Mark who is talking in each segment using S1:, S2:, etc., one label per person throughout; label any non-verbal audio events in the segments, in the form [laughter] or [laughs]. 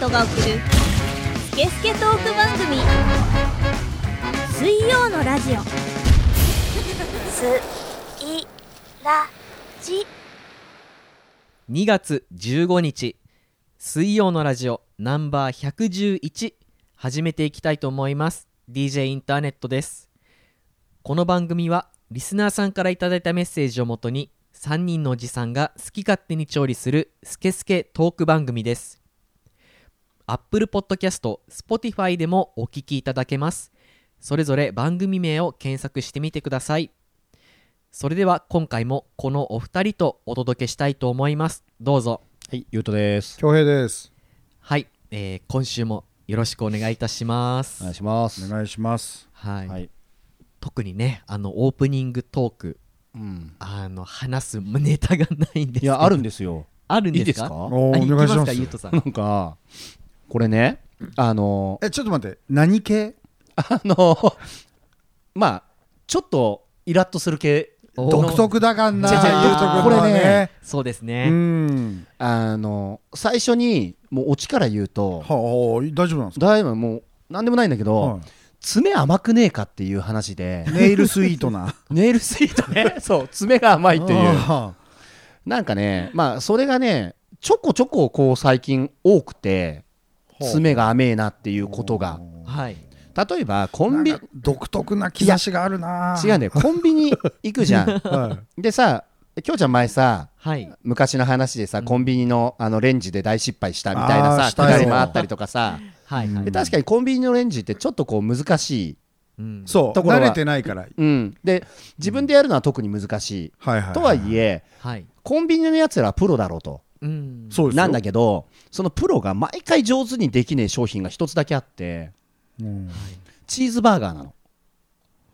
S1: トが送るスケスケトーク番組水曜のラジオ
S2: すいらじ
S3: 2月15日水曜のラジオナンバー111始めていきたいと思います DJ インターネットですこの番組はリスナーさんからいただいたメッセージをもとに3人のおじさんが好き勝手に調理するスケスケトーク番組です Apple Podcast、Spotify でもお聞きいただけますそれぞれ番組名を検索してみてくださいそれでは今回もこのお二人とお届けしたいと思いますどうぞ
S4: はい、ゆうとです。
S5: 恭平です
S3: はい、えー今週もよろしくお願いいたします。
S4: お願いします。
S5: お願いします
S3: はい、
S4: はい。
S3: 特にね、あのオープニングトーク、
S4: うん。
S3: あの話すネタがないんですけど。
S4: いや、あるんですよ。
S3: あるん
S4: いい
S3: で
S4: ですす
S3: か。
S4: か
S3: あ
S5: おー
S3: 行き
S5: お願いします
S3: かゆうとさ。
S4: なん [laughs] んか、これね、あの、
S5: えちょっと待って何系
S4: あの、 [laughs] まあ、ちょっとイラッとする系、
S3: おー
S5: 独特だかんな
S4: 違う違う
S5: ゆうとくんのはね
S3: そうです
S5: う
S3: ね。
S5: ん
S4: あの、最初に、もうオチから言うと、
S5: はあはあ大丈夫なんですか
S4: だいぶもう、なんでもないんだけど、
S5: は
S4: 爪甘くねえかっていう話で
S5: [laughs] い、ネイルスイートな
S4: ネイルスイートね、そう、爪が甘いっていう。
S5: あ
S4: なんかね、まあ、それがね、ちょこちょこ、こう、最近多くて、
S5: ほう
S4: 爪が甘えなっていうこと
S5: あ
S4: が。
S3: はい。
S4: 例えばコ
S5: コン
S4: ンビ
S5: ビ独特な兆しがあるな
S4: 違うんだよコンビニ行くじゃ
S5: [laughs]
S4: ん
S5: は
S4: でさきょうちゃん前さ
S3: はい。
S4: 昔の話でさコンビニのあのレンジで大失敗したみたいな
S5: あー
S4: さ
S5: したよ
S4: くだりもあったりとかさ
S3: はい。はい
S4: で確かにコンビニのレンジってちょっとこう難しい、
S3: うん
S5: い、そう
S4: ところ
S5: 慣
S4: は
S5: れてないから
S4: うん、で自分でやるのは特に難し
S5: はいはい
S4: いとはいえ
S3: はい。
S4: コンビニのやつらはプロだろうと
S3: うん。
S5: そうですよ
S4: なんだけどそのプロが毎回上手にできねえ商品が一つだけあって
S5: うん
S4: チーズバーガーなの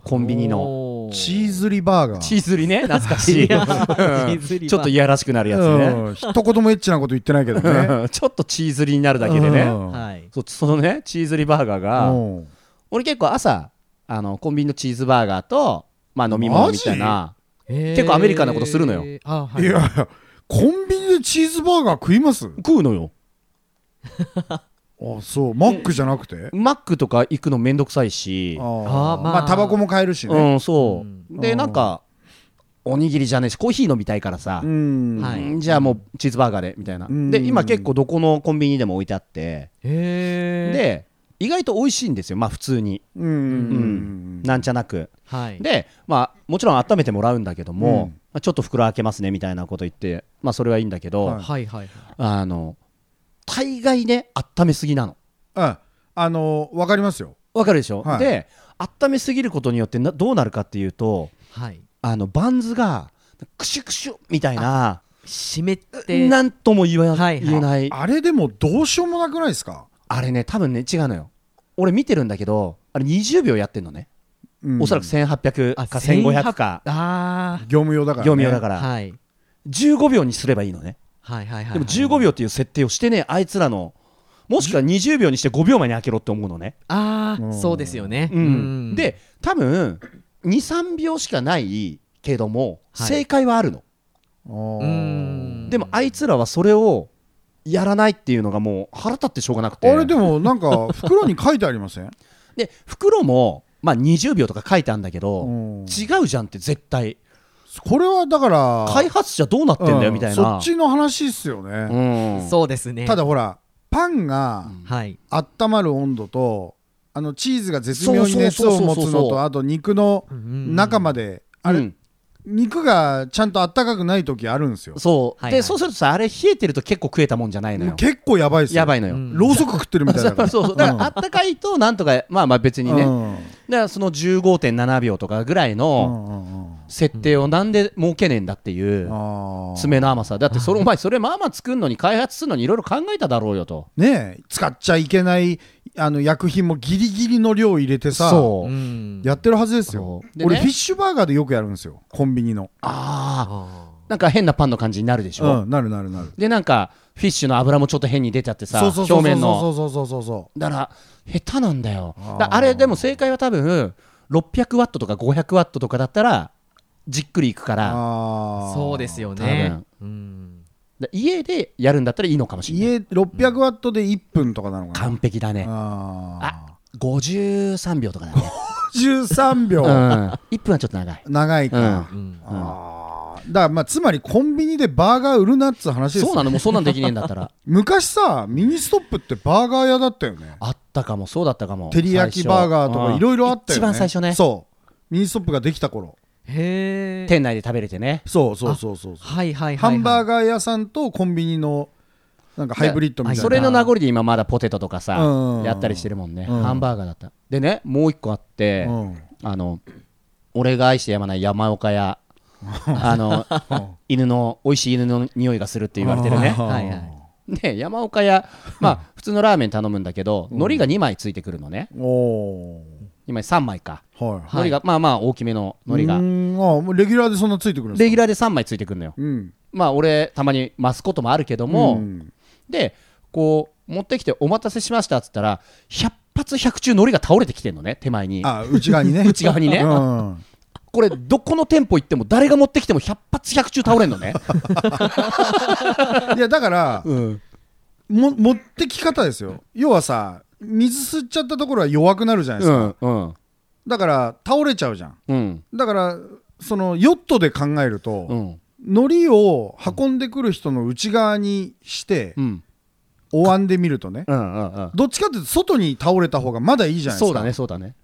S4: コンビニの
S3: の
S5: チーズリバーガー
S4: チーズリね懐かしい [laughs]
S3: チーズリバー
S4: ちょっといやらしくなるやつね
S5: うん一言もエッチなこと言ってないけど
S4: [laughs]
S5: ね
S4: うんちょっとチーズリになるだけで
S5: う
S4: ね
S5: ん
S3: はい。
S4: そそのねチーズリバーガーが
S5: うん
S4: 俺結構朝あのコンビニのチーズバーガーと、まあ、飲み物みたいな結構アメリカンなことするのよ
S3: えー。あ、はいい。
S5: やコンビニでチーズバーガー食います
S4: 食うのよ
S5: あそうマックじゃなくて
S4: マックとか行くのめんどくさいし
S5: あ
S3: あ
S5: あ
S3: ーま
S5: ま
S3: あ
S5: あタバコも買えるし
S4: う
S5: ね
S4: んそううでなんかおにぎりじゃねえしコーヒー飲みたいからさ
S5: う、ん
S3: はい
S4: うんじゃあもうチーズバーガーでみたいな
S5: うん
S4: で今結構どこのコンビニでも置いてあって
S3: へー、
S4: で意外と美味しいんですよまあ普通に
S5: うんうん
S4: なんちゃなく
S3: はい。
S4: で、まあ、もちろん温めてもらうんだけども、
S5: うん
S4: まあちょっと袋開けますねみたいなこと言って、まあ、それはいいんだけど、
S5: はい
S3: はいはい。
S4: あの大概ね温めすぎなの
S5: うんあのわかりますよ
S4: わかるでしょ、
S5: はい
S4: で温めすぎることによってなどうなるかっていうと
S3: はい。
S4: あのバンズがクシュクシュみたいな
S3: 湿って。
S4: なんとも言わ、
S3: はいはい
S4: 言えないあ
S5: あれでもどうしようもなくないですか
S4: れね多分ね違うのよ俺見てるんだけどあれ20秒やってんのね、おそらく1800
S3: あ
S4: か1500か
S3: あ
S5: 業務用だからね
S4: 業務用だか
S3: あ。
S4: ら、
S3: はい。
S4: 15秒にすればいいのね
S3: はいはいはいはい。
S4: でも15秒っていう設定をしてねえあいつらのもしくは20秒にして5秒前に開けろって思うのね、
S3: あ
S5: う
S3: あ、
S5: ん
S3: そうですよね。
S4: うん、で多分23秒しかないけども
S3: はい
S4: 正解はあるの、
S5: お
S3: う
S5: ー
S3: ん、
S4: でもあいつらはそれをやらないっていうのがもう腹立ってしょうがなくて
S5: あれでもなんか袋に書いてありません
S4: で袋も、まあ、20秒とか書いてあるんだけど、
S5: うん
S4: 違うじゃんって絶対
S5: これはだから
S4: 開発者どうなってんだよ
S5: うん
S4: みたい
S5: そ
S4: な、
S5: っちの話っすよ
S4: う
S5: ね
S4: ん
S3: そうですね。
S5: ただ、ほらパンが
S3: はい。
S5: 温まる温度とあのチーズが絶妙に熱を持
S4: そうそうそう
S5: つ
S4: そう
S5: の
S4: そう
S5: とあと肉の中まであ
S4: う
S5: れ
S4: ん
S5: 肉がちゃんとあったかくない時あるんですよ
S4: そう、
S3: はいはい
S4: でそうするとさあれ冷えてると結構食えたもんじゃないのよ
S5: 結構やばいっすよ
S4: やばいのよ、
S3: うん
S5: ろうそく食ってるみたいだか
S4: [laughs]
S5: ら
S4: そうそうだからあったかいとなんとかまあまあ別にね、だからその15.7秒とかぐらいの設定をなんで設けねえんだっていう爪
S5: の
S4: の甘さだってそれお前それまあまあ作るのに開発するのにいろいろ考えただろうよと
S5: ねえ使っちゃいけないあの薬品もギリギリの量入れてさ
S4: そ
S3: う
S4: う、
S3: ん。
S5: やってるはずです
S4: そ
S5: よ
S4: うでね
S5: 俺フィッシュバーガーでよくやるんですよコンビニの
S4: ああ
S3: あ
S4: なんか変なパンの感じになるでしょ、
S5: うんなるなるなる
S4: でなんかフィッシュの油もちょっと変に出ちゃってさ
S5: そうそうそう
S4: 表面の
S5: そうそうそうそうそ
S4: だから下手なんだよ
S5: あー
S4: だからあれでも正解は多分600ワットとか500ワットとかだったらじっくりいくか
S5: う
S4: ら
S3: あ
S5: あー
S3: そうですよね。うん。
S4: だ家でやるんだったらいいのかもしれない
S5: 家600ワットで1分とかなのかな
S4: 完璧だね
S5: あ
S4: あ53秒とかだ
S5: [laughs]
S4: ね、
S5: ー13
S4: う
S5: 秒
S4: ん、1分はちょっと長い
S5: 長いか
S4: う
S3: うん
S5: あーだからまあつまりコンビニでバーガー売るなっつう話です
S4: そうな
S5: よ
S4: のもうそんなんできねえんだった
S5: [laughs]
S4: ら
S5: 昔さミニストップってバーガー屋だったよね
S4: あったかもそうだったかも
S5: 照り焼き
S4: 最初
S5: バーガーとかいろいろあった
S4: 一
S5: よね
S4: 番最初ね
S5: そうミニストップができた頃
S3: へえ
S4: 店内で食べれてね
S5: そうそうそうそうそう
S3: はいはいはい、はい、
S5: ハンバ
S3: ガ
S5: ー
S3: ー
S5: ガー屋さんとコンビニのなんかハイブリッドみたいな
S4: それの名残で今まだポテトとかさ
S5: うん
S4: やったりしてるもんね
S5: うん
S4: ハンバーガーだったでねもう一個あって
S5: うん
S4: あの俺が愛してやまない山岡
S5: [laughs]
S4: 屋あの犬の美味しい犬の匂いがするって言われてるね
S5: あー
S3: はいはい
S4: [laughs] で山岡 [laughs] 屋まあ普通のラーメン頼むんだけど海苔が2枚ついてくるのね
S5: お
S4: 2枚3枚か
S5: ーはい
S4: 海苔がまあまあ大きめの海苔
S5: う
S4: が
S5: ーんあもうレギュラーでそんなついてくるんです
S4: レギュラーで3枚ついてくるのよ
S5: かうん
S4: まあ俺たまに増すこともあるけども、
S5: ん
S4: でこう持ってきてお待たせしましたっつったら100発100中のりが倒れてきてんのね手前に
S5: あ内側にね
S4: [laughs] 内側にね
S5: うん
S4: これどこの店舗行っても誰が持ってきても100発100中倒れんのね、
S5: いやだか
S4: [laughs]
S5: ら
S4: うん、
S5: も持ってき方ですよ要はさ水吸っちゃったところは弱くなるじゃないうですか
S4: んうん
S5: だから倒れちゃうじゃん
S4: うん
S5: だからそのヨットで考えると、
S4: うん
S5: 海苔を運んでくる人の内側にして、
S4: うん
S5: お椀で見るとね、
S4: うんうん
S5: どっちかっていうと外に倒れた方がまだいいじゃないですか
S4: そうだねそうだね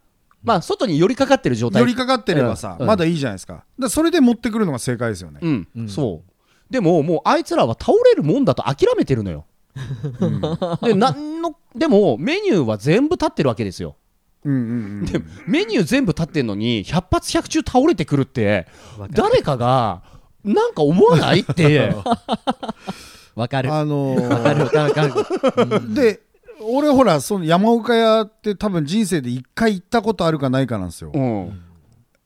S4: まあ外に寄りかかってる状態
S5: 寄りかかってればさ、
S4: うん
S5: まだいいじゃないですかだからそれで持ってくるのが正解ですよね、
S4: うん、
S3: うん
S4: そうでももうあいつらは倒れるもんだと諦めてるの [laughs] よ
S5: うん、
S4: でなんのでもメニューは全部立ってるわけですよ
S5: うんうん
S4: でメニュー全部立ってんのに100発100中倒れてくるって誰かがなんか思わない [laughs] って、
S3: わか
S5: うん
S3: る
S5: あのー
S3: わかるわかるわかる
S4: [laughs]
S5: で俺ほらその山岡屋って多分人生で一回行ったことあるかないかなんですよ、
S4: うん、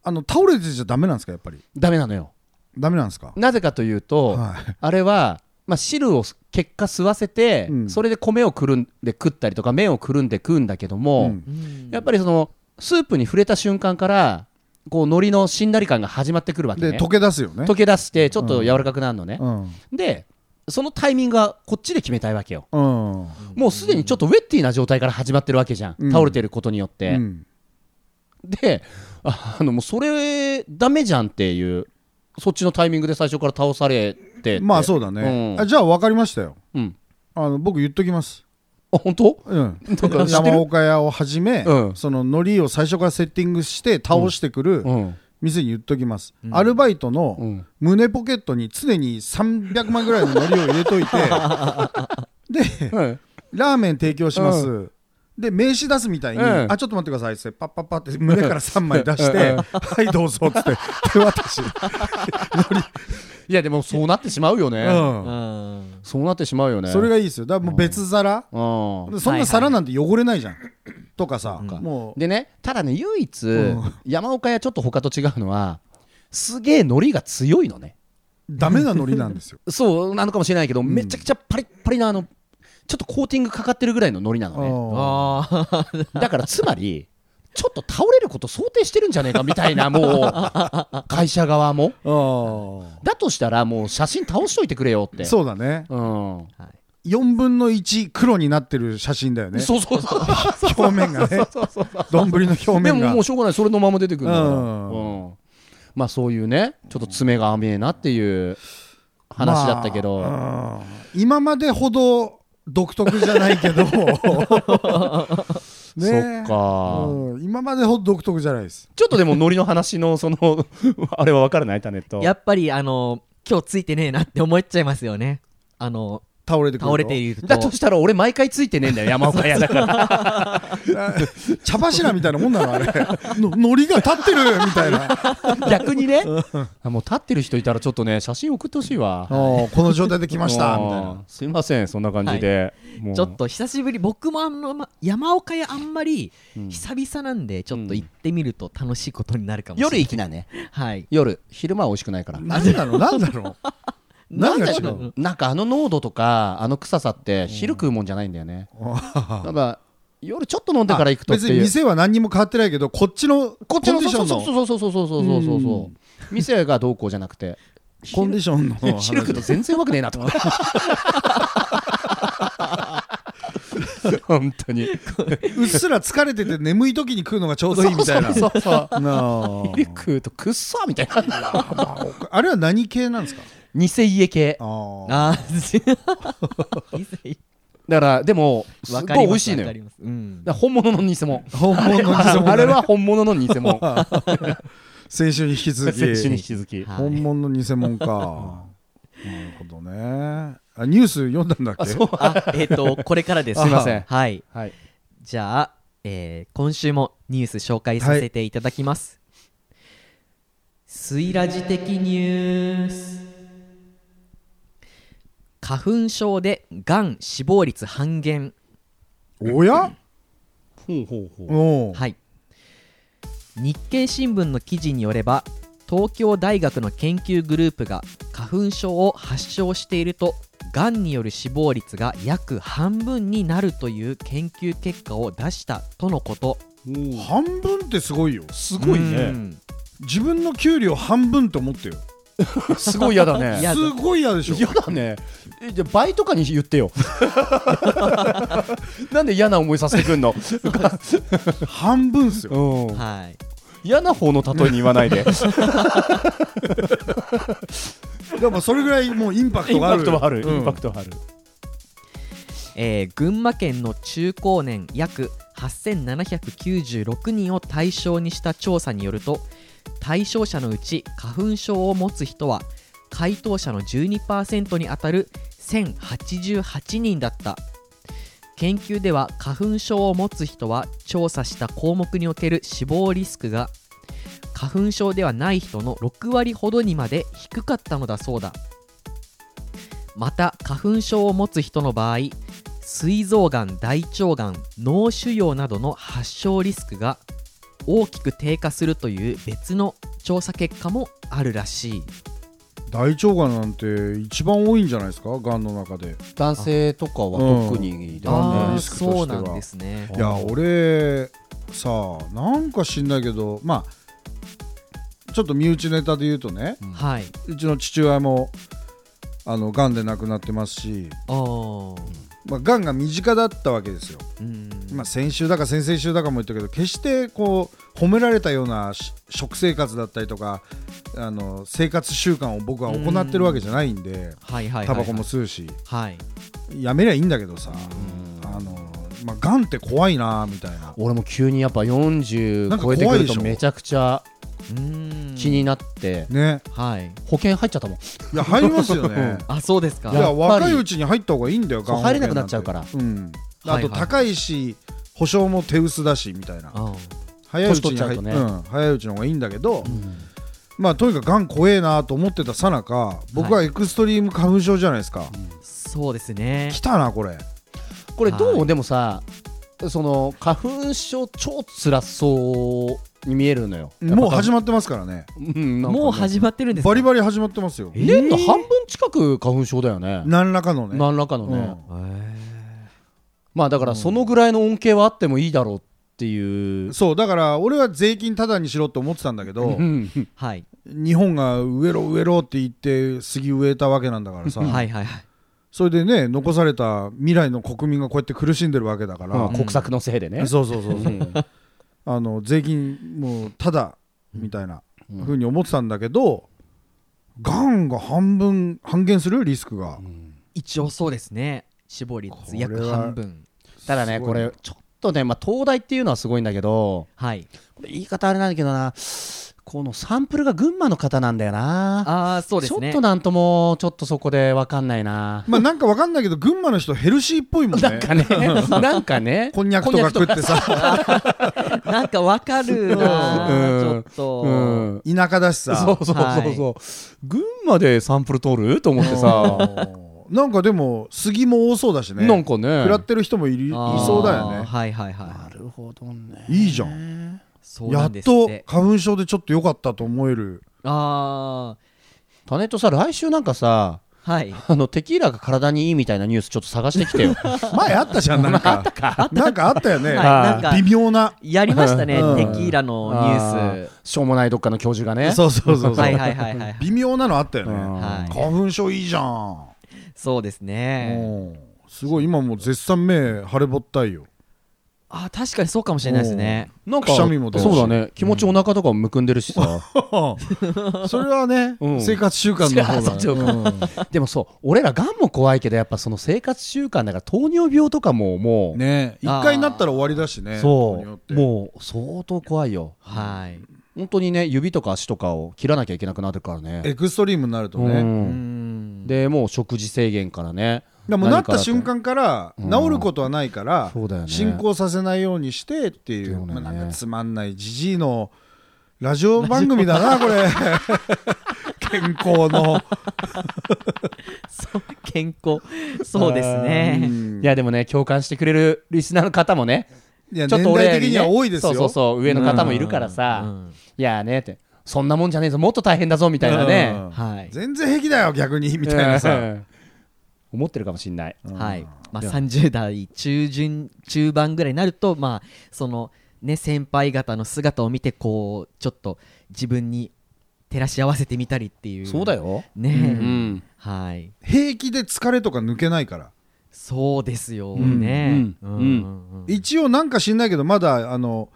S5: あの倒れてちゃダメなんですかやっぱり
S4: ダメなのよ
S5: ダメなんですか、
S4: なぜかというと、
S5: はい
S4: あれは、まあ、汁を結果吸わせて、
S5: うん
S4: それで米をくるんで食ったりとか麺をくるんで食うんだけども、
S5: うん
S3: うん
S4: やっぱりそのスープに触れた瞬間からこう海苔のしんなり感が始まってくるわけ
S5: で
S4: ね
S5: 溶け出すよね
S4: 溶け出してちょっと柔らかくなるのね、
S5: うん
S4: でそのタイミングはこっちで決めたいわけよ
S5: うん
S4: もうすでにちょっとウェッティな状態から始まってるわけじゃん、
S5: うん
S4: 倒れてることによって、
S5: うん
S4: でああのもうそれダメじゃんっていうそっちのタイミングで最初から倒されて
S5: まあそうだね、
S4: うん
S5: あじゃあ分かりましたよ
S4: う、うん、
S5: あの僕言っときます、
S4: あ本当
S5: うん、
S4: なんか知って
S5: 山
S4: る、
S5: 岡屋をはじめ、
S4: うん
S5: その海苔を最初からセッティングして倒してくる
S4: うん
S5: 店に言っときます、アルバイト
S4: う
S5: の
S4: ん、
S5: 胸ポケットに常に300万ぐらいの海苔を入れと
S4: [laughs]
S5: いてで
S4: うん
S5: ラーメン提供します、で名刺出すみたいに、
S4: うん
S5: あちょっと待ってくださいっつってパッパッパって胸から3枚出して、
S4: うん
S5: はいどうぞっつって手渡し、
S4: いやでもそうなってしまうよね、
S5: う
S3: うん
S4: そうなってしまうよね
S5: ん、それがいいですよだからもう別皿、
S4: うん
S5: でそんな皿なんて汚れないじゃん、とかさ、
S3: うん
S5: もう
S4: でねただね唯一、
S5: うん
S4: 山岡屋ちょっと他と違うのはすげえ海苔が強いのね
S5: ダメなノリなんですよ
S4: そうなのかもしれないけど、めちゃくちゃパリッパリなあのちょっとコーティングかかってるぐらいの海苔なの [laughs] ね
S5: あ
S3: ああ
S4: だからつまり、ちょっと倒れること想定してるんじゃねえかみたいな、も
S5: [laughs]
S4: う、会社側も。
S5: ーあ
S4: だとしたら、もう写真倒しといてくれよって。
S5: ーそうだね
S4: うん。
S5: 4分の1黒になってる写真だよね
S4: そうそうそう。
S5: 表面がね [laughs] 丼の表面が
S4: でももうしょうがない、それのまま出てくるんだから。
S5: う
S4: うんん。まあそういうね、ちょっと爪が甘えなっていう話だったけど、
S5: まあうん今までほど独特じゃないけ
S4: [laughs]
S5: どね
S4: そ
S5: え
S4: っか。
S5: うん今までほど独特じゃないです
S4: ちょっとでもノリの話のその [laughs] あれは分からないタネット
S3: やっぱりあの今日ついてねえなって思っちゃいますよねあの
S5: 倒れてくると
S3: 倒れていると
S4: だとしたら俺毎回ついてねえんだよ山岡屋だから
S5: 茶柱みたいなもんなのあれ [laughs] ののりが立ってるみたい
S4: [laughs]
S5: なあ
S4: 逆にねあもう立ってる人いたらちょっとね写真送ってほしいわ
S5: ーこの状態で来ました
S4: あー
S5: みたいな
S4: すいませんそんな感じで、もう
S3: ちょっと久しぶり僕もあの、ま、山岡屋あんまり
S4: うん
S3: 久々なんでちょっと行ってみると楽しいことになるかもしれな
S4: 夜
S3: い、
S4: 行きなね
S3: はい
S4: 夜昼間は美味しくないから
S5: 何だろう何だろう何が
S3: な
S5: 違
S3: んだ
S5: う
S3: ろ
S4: なんかあの濃度とかあの臭さって昼食うもんじゃないんだよね、
S5: あ
S4: ただ夜ちょっと飲んでから行くとって
S5: 別
S4: いう
S5: に店は何にも変わってないけどこっちの
S4: こ
S5: コ
S4: っち
S5: ン
S4: の
S5: ディション
S4: そ
S5: の
S4: うそうそうそうそうそうそうそうそう店がどうこうじゃなくて
S5: コンディションの話
S4: シルクと全然うまくねえなと思って。 [laughs] 本当に。
S5: うっすら疲れてて眠い時に食うのがちょうどいいみたいな
S4: そうそうそう。
S5: なあ
S4: ミルクとくっそーみたいな。
S5: あれは何系なんですか
S4: 偽家系。
S5: [laughs] ああ
S3: あ [laughs] あ
S4: だから、でも、すっ
S3: わ
S4: ご
S3: かり
S4: い美
S3: ま
S4: 味
S3: す
S4: しいの
S3: わか
S4: よ。だ
S3: りま
S4: か
S3: すうん
S4: ら本物の偽物。
S5: 本物の偽物
S4: あれは本物の偽物。 [laughs]
S5: 先週に引き続き
S4: 選手に引き続き。
S3: はい
S5: 本物の偽物かなるほどねあニュース読んだんだっけ
S3: あえっとこれからです
S4: すいません
S3: はい
S4: はい。
S3: じゃあ、えー今週もニュース紹介させていただきます。スイラジ的ニュース。花粉症でがん死亡率半減。
S5: おや
S4: ほうほうほう。
S5: おう
S3: はい。日経新聞の記事によれば、東京大学の研究グループが花粉症を発症していると、がんによる死亡率が約半分になるという研究結果を出したとのこと。
S5: 半分ってすごいよ
S4: す
S3: う。ん
S5: 自分の給料半分って思ってよ
S4: すごい嫌だね。
S3: 嫌だ
S5: すごい嫌でしょ
S4: 嫌だねえじゃあ倍とかに言って [laughs] よなんで嫌な思いさせてくんの、
S5: 半分っすよ
S4: うん
S3: はい。
S4: 嫌な方の例えに言わないで
S5: でもそれぐらいもうインパク
S4: イ
S5: ト
S4: ン
S5: があ
S4: パ
S5: る
S4: クトはある、
S5: う
S4: イ
S5: ん
S4: ンパクトはある
S3: えー群馬県の中高年約8796人を対象にした調査によると対象者のうち花粉症を持つ人は回答者の12%にあたる1088人だった研究では花粉症を持つ人は調査した項目における死亡リスクが花粉症ではない人の6割ほどにまで低かったのだそうだまた花粉症を持つ人の場合膵臓がん大腸がん脳腫瘍などの発症リスクが大きく低下するという別の調査結果もあるらしい
S5: 大腸がんなんて一番多いんじゃないですかがんの中で
S4: 男性とかは特にだ
S5: あー
S4: ね
S5: リスクとしては
S3: そうなんですね
S5: いや俺さあなんか知んないけどまあちょっと身内ネタで言うとね
S3: はいう
S5: ちの父親もあのがんで亡くなってますし、
S3: あー
S5: まあ、がんが身近だったわけですよ、
S3: うん
S5: まあ、先週だか先々週だかも言ったけど決してこう褒められたようなし食生活だったりとかあの生活習慣を僕は行ってるわけじゃないんで
S3: はいはいはいはい
S5: タバコも吸うし
S3: はい
S5: やめりゃいいんだけどさあの、まあ、がんって怖いなみたいな
S4: 俺も急にやっぱ
S5: なん
S4: 40
S5: か
S4: 超
S5: 怖い
S4: え
S5: で
S4: て
S5: し
S4: く
S5: ょ
S4: るとめちゃくちゃ
S3: うん
S4: 気になって、
S5: ね
S3: はい
S4: 保険入っちゃったもん
S5: いや入りま
S4: [laughs]
S5: すよね
S3: あそうですか
S5: い
S4: やっ
S5: や
S4: ぱり
S5: 若いうちに入った方がいいんだよ
S4: そう
S5: がん保
S4: 入れ
S5: 険
S4: なくなっちゃうから
S5: てうん、
S3: は
S5: あ
S3: いは
S5: と
S3: い
S5: 高いし保証も手薄だしみたいな
S3: あ
S5: 早いうち
S4: 年取
S5: に入
S4: っちゃうとね
S5: うん、早いうちの方がいいんだけど、まあとにかくがん怖えなと思ってたさなか僕はエクストリーム花粉症じゃないですか、
S3: そうですね
S5: 来たなこれ
S4: これどう、
S3: はい
S4: でもさその花粉症超辛そうに見えるのよ
S5: もう始
S4: ま
S5: まってますからね
S4: うんなんかね
S3: もう始まってるんですか
S5: バリバリ始まってますよ
S4: 年の半分近く花粉症だよね、
S5: 何らかのね
S4: 何らかのね、
S5: うん
S4: まあだからそのぐらいの恩恵はあってもいいだろうっていう、
S5: そうだから俺は税金タダにしろって思ってたんだけど
S4: うん
S3: はい
S5: 日本が植えろ植えろって言って杉植えたわけなんだか
S4: [laughs]
S5: らさ、
S3: はいはいはい
S5: それでね残された未来の国民がこうやって苦しんでるわけだから、
S4: まあ国策のせいでね、
S5: そうそうそうそううんあの税金もうただみたいなふうに思ってたんだけど、がんが半分半減するリスクが、
S3: 一応そうですね死亡率
S5: れは
S3: 約半分
S4: ただね
S5: すごい
S4: これちょっとね、まあ、東大っていうのはすごいんだけど
S3: はい
S4: これ言い方あれなんだけどなこのサンプルが群馬の方なんだよな
S3: ああそうです
S4: ちょ
S3: ね
S4: っとなんともちょっとそこで分かんないな、
S5: まあなんかわかんないけど群馬の人ヘルシーっぽいもん
S4: なん
S5: ね [laughs]
S4: かねなんかね
S5: こんにゃくとか食ってさ
S3: なんかわかるなあ、
S4: うん
S3: ちょっと、
S4: うん
S5: 田舎だし
S4: [laughs] そうそ
S5: さ
S4: うそうそう、群馬でサンプル取ると思ってさ、
S5: なんかでも杉も多そうだ [laughs] しね
S4: なんかね
S5: 食らってる人もいるい
S3: あー
S5: そうだよね
S3: はいはいはい
S4: るほどね
S5: いいじゃん
S3: そう
S5: や
S3: な
S5: っ
S3: んです
S5: と
S3: て
S5: 花粉症でちょっと良かったと思える
S3: ああ
S4: タネットさ来週なんかさ
S3: はい
S4: あのテキーラが体にいいみたいなニュースちょっと探してきて
S5: [laughs]
S4: よ
S5: 前あったじゃんなんかなんかあったよ
S4: は
S5: ね、
S4: い
S3: なんか
S5: 微妙な
S3: やりましたね、
S5: うん
S3: テキーラのニュース
S4: あしょうもないどっかの教授がね
S5: そうそうそうそう
S3: はいはいはいはい
S5: 微妙なのあったよね、
S4: うん
S3: はい
S5: 花粉症いいじゃん、
S3: そうですね
S5: うんすごい今もう絶賛目腫れぼったいよ
S3: あ確かにそうかもしれないですね
S4: なんか
S5: くしゃみも出るし
S4: そうだね気持ちお腹とかもむくんでるしさ、
S5: それはね、
S4: うん
S5: 生活習慣の方
S4: 生
S5: が
S4: 活習 [laughs] でもそう俺らがんも怖いけどやっぱその生活習慣だから糖尿病とかももう、
S5: ね
S3: あー
S5: 一回なったら終わりだしね人によ
S4: そ
S5: って
S4: うもう相当怖いよ
S3: はい
S4: 本当にね指とか足とかを切らなきゃいけなくなるからね
S5: エクストリームになるとね、
S4: う
S5: だか
S3: うんん
S4: でもう食事制限からね
S5: らもうな
S4: 何
S5: っ
S4: から
S5: た
S4: って
S5: 瞬間から
S4: うん
S5: 治ることはないから、
S4: そうだよね
S5: 進行させないようにしてってい
S4: そう
S5: う、
S4: だよね
S5: まあ、なんかつまんないじじいのラジオ番組だ
S4: [laughs]
S5: なこれ健康の
S3: そう健康そうです
S5: う
S3: ね
S5: ん
S4: いやでもね共感してくれるリスナーの方もね
S5: いや
S4: ちょっと
S5: 年
S4: 俺ら
S5: 代的には
S4: ね
S5: 多いですよ
S4: そうそうそう上の方もいるからさ、
S3: うん
S4: いやーねってそんなもんじゃねえぞもっと大変だぞみたいなね、
S5: うん
S3: はい
S5: 全然平気だよ逆にみたいな
S4: う
S5: さ
S4: ん思ってるかもしんない、
S3: はいまあ、
S4: では
S3: 30代中旬中盤ぐらいになると、まあそのね、先輩方の姿を見てこうちょっと自分に照らし合わせてみたりっていう
S4: そうだよ、
S3: ねえ、
S4: うん
S3: はい、
S5: 平気で疲れとか抜けないから
S3: そうですよ
S5: ん
S3: ね、
S4: う
S3: う
S4: ん
S3: ん
S5: 一応なんか知んないけどまだあの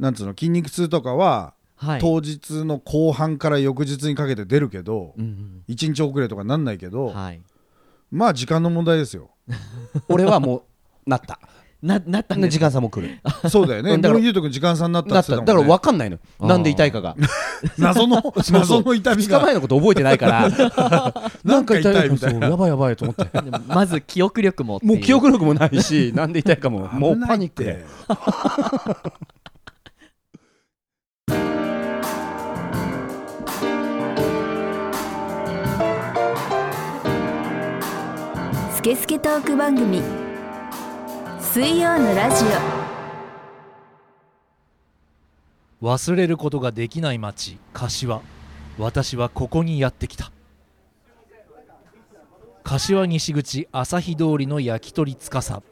S5: なんつうの筋肉痛とかは
S3: はい
S5: 当日の後半から翌日にかけて出るけど
S3: うん
S5: 1日遅れとかなんないけ
S3: う
S5: ど
S3: んはい、
S5: まあ時間の問題ですよ
S4: 俺はもうなった
S3: ななったんです
S4: 時間差も来る [laughs]
S5: そうだよね
S4: うんだ
S5: で
S4: から
S5: もゆうとくん時間差になった
S4: な
S5: っ
S4: ってた
S5: 言っ
S4: だか
S5: てた
S4: ら
S5: もんね
S4: 分かんないの
S3: あー
S4: なんで痛いか [laughs] が [laughs]
S5: 謎の謎の痛み
S4: 2日前
S5: が
S4: のこと覚えてないから [laughs]
S5: なんか痛いみたい
S4: そ
S5: な
S4: うやばいやばいと思って
S3: でもまず記憶力もってい
S4: もう記憶力もないしなんで痛いかももうパニック
S5: 危ない
S4: で
S5: って
S1: スケスケトーク番組水曜のラジ
S6: 忘れることができない街柏私はここにやってきた柏西口朝日通りの焼き鳥司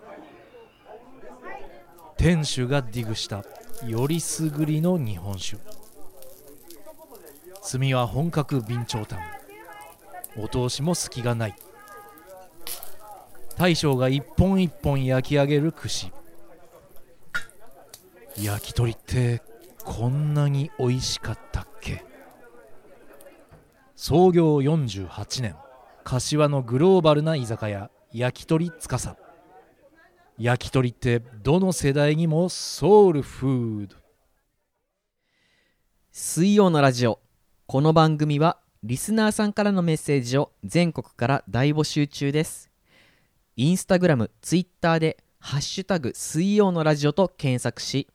S6: 店主がディグしたよりすぐりの日本酒炭は本格備長炭お通しも隙がない大将が一本一本焼き上げる串焼き鳥ってこんなに美味しかったっけ創業48年柏のグローバルな居酒屋焼き鳥つかさ焼き鳥ってどの世代にもソウルフード
S3: 水曜のラジオこの番組はリスナーさんからのメッセージを全国から大募集中ですインスタグラムツイッターで「ハッシュタグ水曜のラジオ」と検索し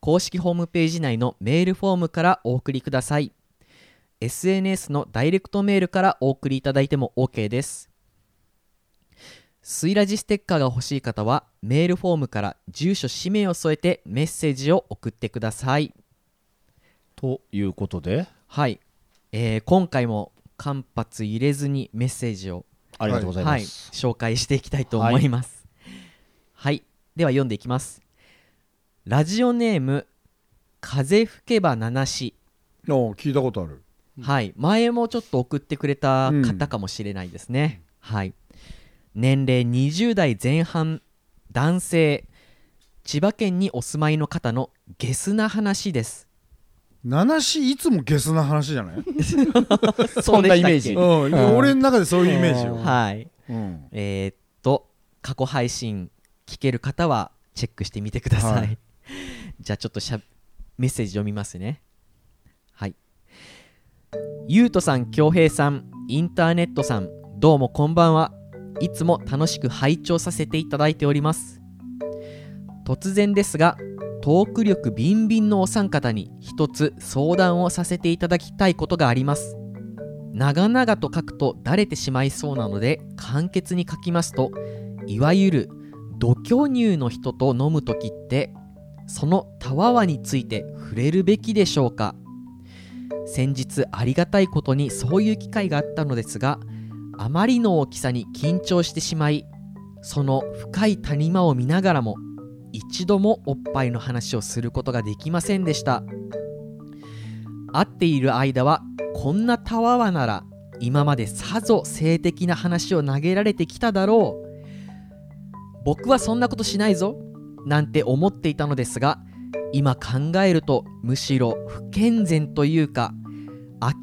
S3: 公式ホームページ内のメールフォームからお送りください SNS のダイレクトメールからお送りいただいても OK です水ラジステッカーが欲しい方はメールフォームから住所氏名を添えてメッセージを送ってください
S4: ということで
S3: はい、えー今回も間髪入れずにメッセージを、
S4: ありがとうござい
S3: は
S4: ま
S3: い、
S4: す、
S3: 紹介していきたいと思いますはい、では読んでいきますラジオネーム風吹けば七し
S5: おう聞いたことある
S3: はい、前もちょっと送ってくれた方かもしれないですね、はい年齢20代前半男性千葉県にお住まいの方のゲスな話
S4: [laughs]
S3: です
S5: 七しいつもゲスな話じゃない、う
S3: そ
S4: んなイメージ
S5: ん、俺の中でそういうイメージよ、
S3: はい
S5: うん
S3: えーっと過去配信聞ける方はチェックしてみてください、
S5: は
S3: [laughs] じゃあちょっとしゃメッセージ読みますねはいゆうとさん恭平さんインターネットさんどうもこんばんはいつも楽しく拝聴させていただいております突然ですがトーク力ビンビンのお三方に一つ相談をさせていただきたいことがあります長々と書くとだれてしまいそうなので簡潔に書きますといわゆる度胸乳の人と飲む時ってそのたわわについて触れるべきでしょうか先日ありがたいことにそういう機会があったのですがあまりの大きさに緊張してしまいその深い谷間を見ながらも一度もおっぱいの話をすることができませんでした会っている間はこんなたわわなら今までさぞ性的な話を投げられてきただろう僕はそんなことしないぞなんて思っていたのですが今考えるとむしろ不健全というか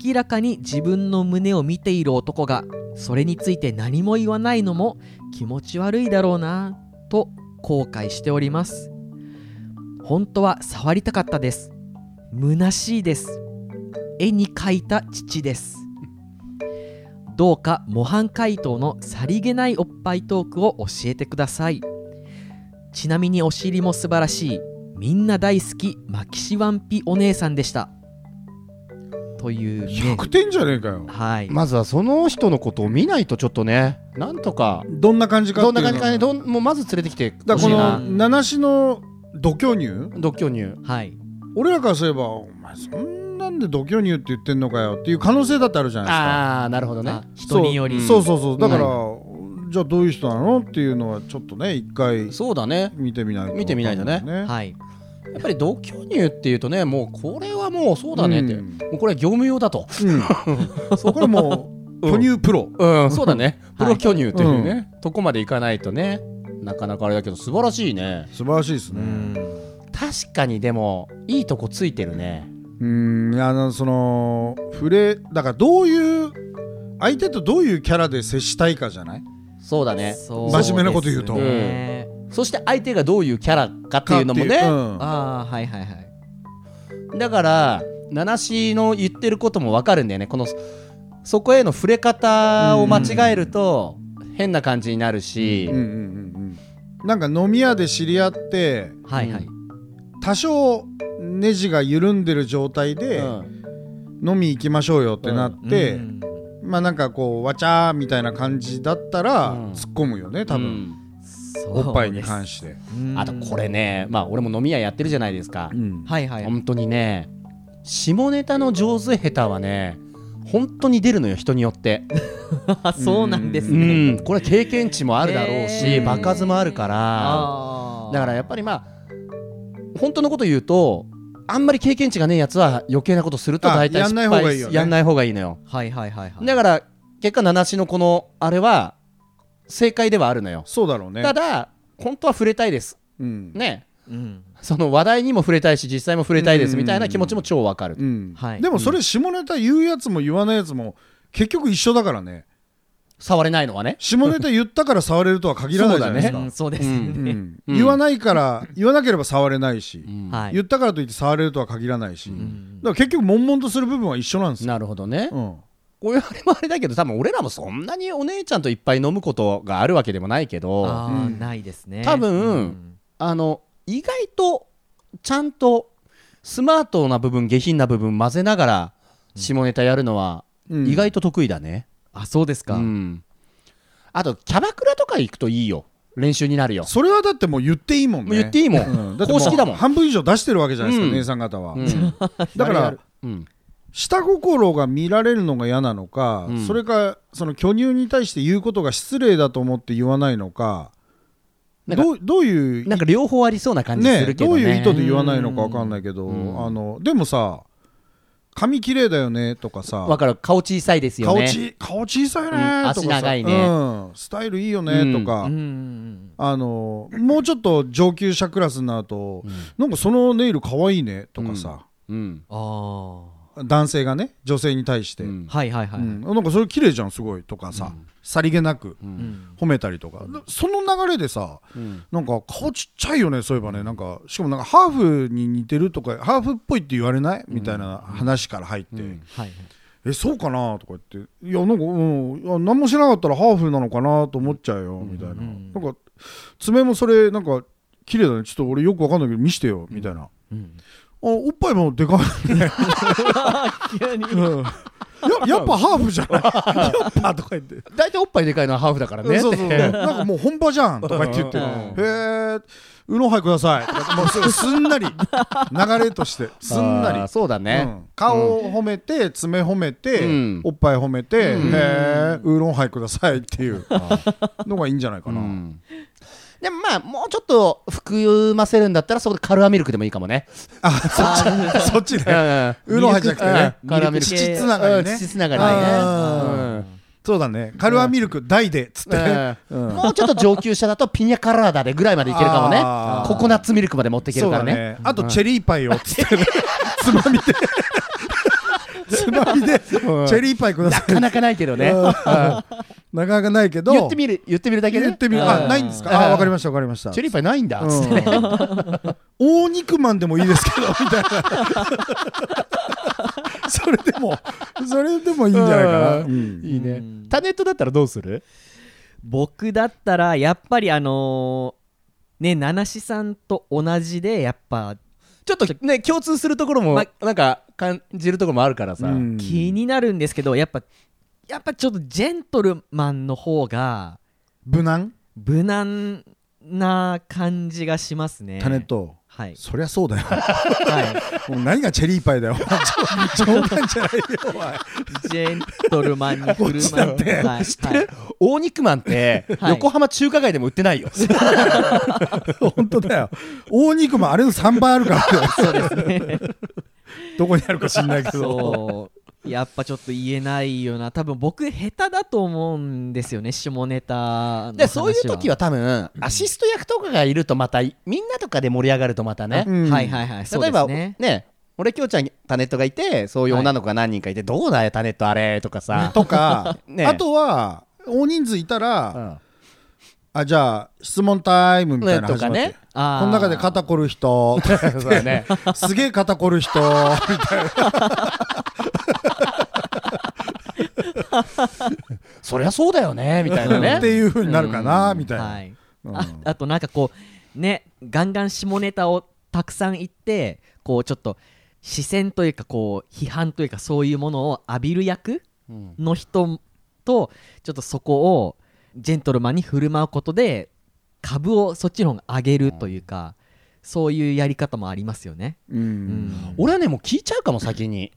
S3: 明らかに自分の胸を見ている男がそれについて何も言わないのも気持ち悪いだろうなと後悔しております本当は触りたかったです虚しいです絵に描いた父ですどうか模範解答のさりげないおっぱいトークを教えてくださいちなみにお尻も素晴らしいみんな大好きマキシワンピお姉さんでしたというね
S5: 100点じゃねえかよ
S3: はい、
S4: まずはその人のことを見ないとちょっとねなんとか
S5: どんな感じかってい
S4: ど
S5: うんの
S4: な感じかねどんもうまず連れてきて
S5: だ
S4: ほ
S5: からこ
S4: しい
S5: の
S4: な
S3: 欲
S5: 七種の度胸乳
S4: 独居乳
S3: はい、
S5: 俺らからすればお前そんなんで度胸乳って言ってんのかよっていう可能性だってあるじゃない
S4: ああなるほどね
S3: あ
S5: です
S3: 人
S5: か
S3: により
S5: そうそうそうそうだから、
S4: は
S5: じゃあどういう人なのっていうのはちょっとね一回
S4: そうだね
S5: 見てみないと
S4: 見てみないとね
S5: ね
S3: はい
S4: やっぱり同居乳っていうとねもうこれはもうそうだねって、 [laughs]
S5: うん
S4: もうこれは業務用だと
S5: うん、そこはもう巨乳プロ、
S4: うんそうだねプロ巨乳というね、
S5: は
S4: とこまでいかないとねなかなかあれだけど素晴らしいね
S5: 素晴らしいです
S3: う
S5: ね
S3: ん
S4: 確かにでもいいとこついてるね
S5: うんあのその触れだからどういう相手とどういうキャラで接したいかじゃない
S4: そうだね
S3: そう
S5: 真面目なこと言うと
S3: ですね
S4: そして相手がどういうキャラかっていうのもね
S5: かっていううん
S3: ああはいはいはい
S4: だから七しの言ってることもわかるんだよねこのそこへの触れ方を間違えると変な感じになるし、
S5: うんうんうんうんなんか飲み屋で知り合って
S3: はいはい、
S5: 多少ネジが緩んでる状態で、
S4: うん
S5: 飲み行きましょうよってなって、
S3: うん
S5: まあなんかこうわちゃーみたいな感じだったら、
S4: うん
S5: 突っ込むよね多
S4: う
S5: 分、
S4: ん
S3: そうです
S5: おっぱいに関して、
S3: うん
S4: あとこれねまあ俺も飲み屋やってるじゃないですか、
S5: うん
S3: はいはい
S4: 本当にね下ネタの上手下手はね本当に出るのよ人によって
S3: あそうなんです
S4: う
S3: ね
S4: んこれ経験値もあるだろう
S3: へ
S4: し
S3: ー
S4: 場数もあるから
S3: あー
S4: だからやっぱりまあ本当のこと言うとあんまり経験値がねえやつは余計なことすると
S5: あ
S4: 大体
S5: やん
S4: 失
S5: ない
S4: 敗
S5: 方がいいよね
S4: やんない方がいいのよ
S3: はいはいはいはい
S4: だから結果七しのこのあれは正解ではあるのよ
S5: そうだろうね
S4: ただ本当は触れたいです
S5: うん、
S4: ね
S3: うん
S4: その話題にも触れたいし実際も触れたいですみたいな気持ちも超わかる
S5: うん
S3: はい
S5: でもそれ下ネタ言うやつも言わないやつも結局一緒だからね
S4: 触れないのはね
S5: 下ネタ言ったから触れるとは限らないじゃないですか、
S3: う
S5: うん
S3: んそうです
S4: うん
S3: ね
S5: うん
S4: うん
S5: 言わないから言わなければ触れないし、
S3: はい
S5: 言ったからといって触れるとは限らないし、
S3: ん
S5: だから結局悶々とする部分は一緒なんですよ、
S4: なるほどね、
S5: うん、
S4: こういうあれもあれだけど多分俺らもそんなにお姉ちゃんといっぱい飲むことがあるわけでもないけどあ
S3: ああ
S5: うん
S3: ないですね
S4: 多分
S3: うん
S4: の意外とちゃんとスマートな部分下品な部分混ぜながら下ネタやるのは
S5: うん
S4: 意外と得意だね、
S3: あそうです
S4: う
S3: か
S4: んあとキャバクラとか行くといいよ練習になるよ、
S5: それはだってもう言っていいもん
S4: も
S5: ね
S4: う言っていいもん、
S5: うんだっても
S4: 公
S5: う
S4: 式だもん、
S5: 半分以上出してるわけじゃないですか、
S4: うん
S5: 姉さん方は、
S4: うん
S5: だか
S4: や
S5: ら
S4: るうん
S5: 下心が見られるのが嫌なのか、
S4: うん
S5: それかその巨乳に対して言うことが失礼だと思って言わないのか
S4: なんか
S5: どうどういう
S4: なんか両方ありそうな感じす
S5: ね
S4: るけど
S5: どう
S4: ね
S5: いう意図で言わないのかわかんないけど、
S4: うん
S5: あのでもさ髪綺麗だよねとか
S4: わ
S5: さ
S4: かる顔小さいですよ
S5: 顔
S4: ね
S5: ち顔小さいねとか
S4: うん
S5: さ、
S4: 足長いね
S5: うんスタイルいいよねとか、
S3: うんうん
S5: あのもうちょっと上級者クラスになると、なんかそのネイルかわいいねとかさ、
S4: うん
S3: ああ
S5: 男性がね女性に対して、
S4: うん
S3: はいはいはい
S5: うんなんかそれ綺麗じゃんすごいとかさ、さりげなく
S3: うん
S5: 褒めたりとか、その流れでさ
S4: うん
S5: なんか顔ちっちゃいよねそういえばねなんかしかもなんかハーフに似てるとかハーフっぽいって言われないみたいな話から入って、
S4: うん
S3: はいはい
S5: えそうかなとか言っていやなんか、うん、いや何もしなかったらハーフなのかなと思っちゃうよみたいな、
S3: ん
S5: なんか爪もそれなんか綺麗だねちょっと俺よくわかんないけど見してよ
S4: [laughs]
S5: みたいな、あおっぱいもでかいね
S3: 急に
S5: うんややっぱハーフじゃないやっぱとか言って、
S4: 大体おっぱいでかいのはハーフだからね
S5: そうそう
S4: っ
S5: なん
S4: て
S5: かもう本場じゃんとか言って言って「へ
S4: うん
S5: えうのはいください」とかもうすぐすんなり流れとしてすんなり
S4: あーそうだ
S5: う
S4: ね
S5: ん、顔を褒めて、爪褒めて、
S4: うん
S5: おっぱい褒めて、
S4: うん
S5: へえウーロンハイくださいっていうのがいいんじゃないか
S4: う
S5: な、
S4: んでもまあもうちょっと含ませるんだったらそこでカルアミルクでもいいかもね
S5: あそっちそっち
S4: うん
S5: ねウーロンハイじゃなくてね
S4: うんカルアミルク
S3: ミルク
S5: 父
S3: 系
S5: つな
S4: う
S5: がり
S4: ん
S5: ね
S4: 父つながり
S5: あ
S4: ねうん
S5: そうだねカルアミルク大でっつってね、
S4: うん
S5: うん
S4: もうちょっと上級者だとピニャカラーダでぐらいまでいけるかもね
S5: あー
S4: ココナッツミルクまで持っていけ
S5: そ
S4: る
S5: う
S4: から
S5: だ
S4: ね
S5: ねあとチェリーパイをっ
S4: [laughs]
S5: つってねつまみでつまみでチ
S4: うん
S5: ェリーパイくだ
S4: な
S5: さ
S4: かなかないけど
S5: い、
S4: ね
S5: うんなかなかないけど
S4: 言ってみる言ってみるだけね
S5: 言ってみる
S4: う
S5: あ
S4: ん
S5: ないんです
S4: うん
S5: かあわかりましたわかりました
S4: チェリーパイないんだ [laughs]
S5: うん大肉まんでもいいですけどみたいなそれでもそれでもいいんじゃないかな、
S4: うん
S5: うん
S4: いいね
S3: うん
S4: タネットだったらどうする
S3: 僕だったらやっぱりあのーね七七さんと同じでやっぱ
S4: ちょっとね共通するところも
S3: ま
S4: なんか感じるところもあるからさ
S5: うん
S3: 気になるんですけど、やっぱやっぱちょっとジェントルマンの方が
S5: 無難
S3: 無難な感じがしますね
S5: タネット、
S3: はい、
S5: そりゃそうだよ
S3: は
S5: もう何がチェリーパ
S4: [laughs]
S5: イだよ冗談じゃないよお前
S3: い、ジェントルマンに振る
S5: こっちだ
S3: 舞
S5: っ
S3: う
S5: て
S3: はい、
S4: 知ってる大肉まんって
S3: はい
S4: 横浜中華街でも売ってないよ
S5: [laughs] 本当だよ大肉もあれの3倍あ
S4: [laughs]
S5: るからね
S3: はいそうですね
S5: どこにあるか知んないけど
S3: そうやっぱちょっと言えないよな多分僕下手だと思うんですよね下ネタの話は
S4: でそういう時は多分アシスト役とかがいるとまたみんなとかで盛り上がるとまたね
S5: うん
S3: はいはいはいそう
S4: 例え
S3: で
S4: ば
S3: す
S4: ね
S3: ね
S4: 俺きょうちゃんにタネットがいてそういう女の子が何人かいて、どうだよタネットあれとかさ、
S5: と
S4: [laughs]
S5: か、
S4: ね
S5: あとは大人数いたら、あじゃあ質問タイムみたいなの始まって、
S4: ねとかね
S5: こ
S3: あー
S5: の中で肩こる人
S4: そうだね
S5: すげえ肩こる人みたいな
S4: そりゃそうだよねみたいな
S5: って
S4: ね
S5: いう風になるかな、みたいな、
S3: はい
S5: うん
S3: あ [laughs] あとなんかこうねガンガン下ネタをたくさん言ってこうちょっと視線というかこう批判というかそういうものを浴びる役
S4: うん
S3: の人とちょっとそこをジェントルマンに振る舞うことで株をそっちの方が上げるというか、そういうやり方もありますよね。
S5: うん
S3: うん
S4: 俺はねもう聞いちゃうかも先に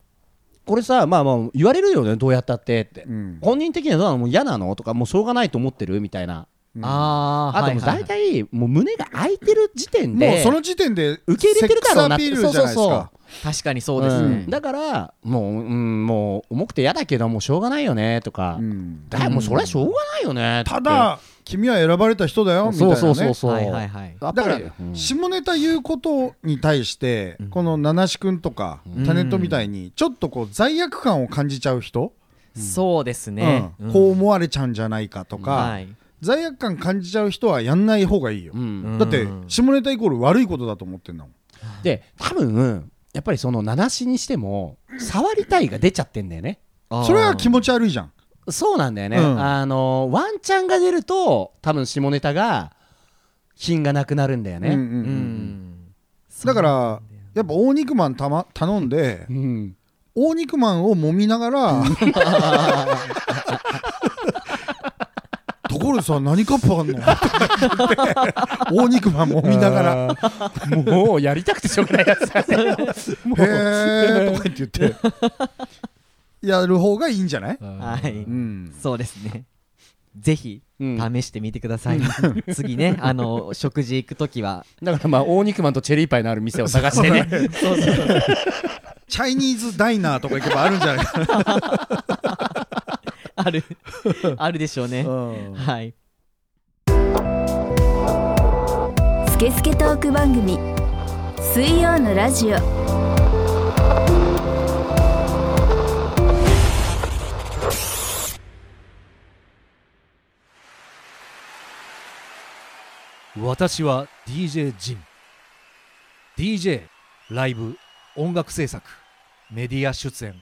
S4: これさまあまあ言われるよねどうやったってって、
S5: うん
S4: 本人的にはどうなのもう嫌なのとかもうしょうがないと思ってるみたいな
S3: あー
S4: あともう
S3: はいはい
S4: 大体もう胸が開いてる時点で
S5: もうその時点で
S4: 受け入れてるだろうな
S5: セックスアピールじゃないで
S4: そう
S5: すか
S4: そうそう
S3: 確かにそうです
S4: う
S3: ね
S4: ん。だからもう、うん、もう重くて嫌だけどもうしょうがないよねとか、
S5: うん
S4: だもうそれはしょうがないよねって
S5: ただ君は選ばれた人だよみたいな、
S4: そう
S5: ね、
S4: そうそうそう、
S3: はいはいはい
S4: やっぱ
S5: だ
S4: り
S5: から、
S4: うん
S5: 下ネタ言うことに対して、この七志くんとか、
S3: ん
S5: タネットみたいにちょっとこう罪悪感を感じちゃう人、
S3: そうですね。
S5: うん
S3: うん
S5: こう思われちゃうんじゃないかとか、
S3: はい
S5: 罪悪感感じちゃう人はやんない方がいいよ、
S4: うん
S3: うん
S5: だって下ネタイコール悪いことだと思ってんだもん
S4: で多分やっぱりその七死にしても触りたいが出ちゃってんだよね
S3: あー
S5: それは気持ち悪いじゃん
S4: そうなんだよね、
S5: うん
S4: あのワンチャンが出ると多分下ネタが品がなくなるんだよ
S5: うん
S4: ね、
S5: うんうん
S3: うん
S5: だからやっぱ大肉まんた、ま、頼んで
S4: うん
S5: 大肉まんを揉みながらところでさ何カップあんのって大肉まん揉みながら
S4: もうやりたくてしょうがないやつだね
S5: 「へえ」とか言って言ってやる方がいいんじゃない、
S3: はい。
S5: うん、
S3: そうですね。ぜひ
S4: うん
S3: 試してみてください。次ね、あの食事行くときは、
S4: だからまあ大肉まんとチェリーパイのある店を探してね
S5: チャイニーズダイナーとか行けばあるんじゃないかな、
S3: あるあるでしょうね。はい。
S1: 「スケスケトーク番組」水曜のラジオ
S6: 私は DJ ジン DJ ライブ音楽制作メディア出演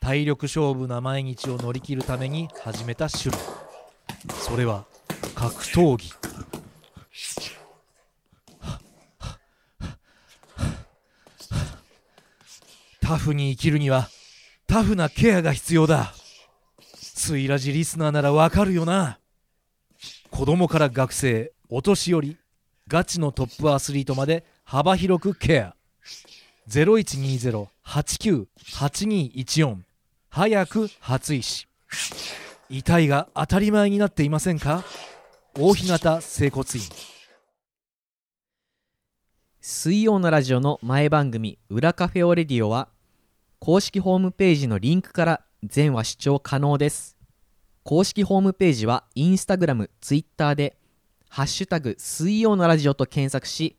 S6: 体力勝負な毎日を乗り切るために始めた種類それは格闘技タフに生きるにはタフなケアが必要だスイラジリスナーならわかるよな子供から学生お年寄りガチのトップアスリートまで幅広くケア0120-89-8214早く初石遺体が当たり前になっていませんか大日向整骨院
S3: 水曜のラジオの前番組「裏カフェオレディオは」公式ホームページのリンクから全話視聴可能です公式ホームページはインスタグラムツイッターで「ハッシュタグ水曜のラジオ」と検索し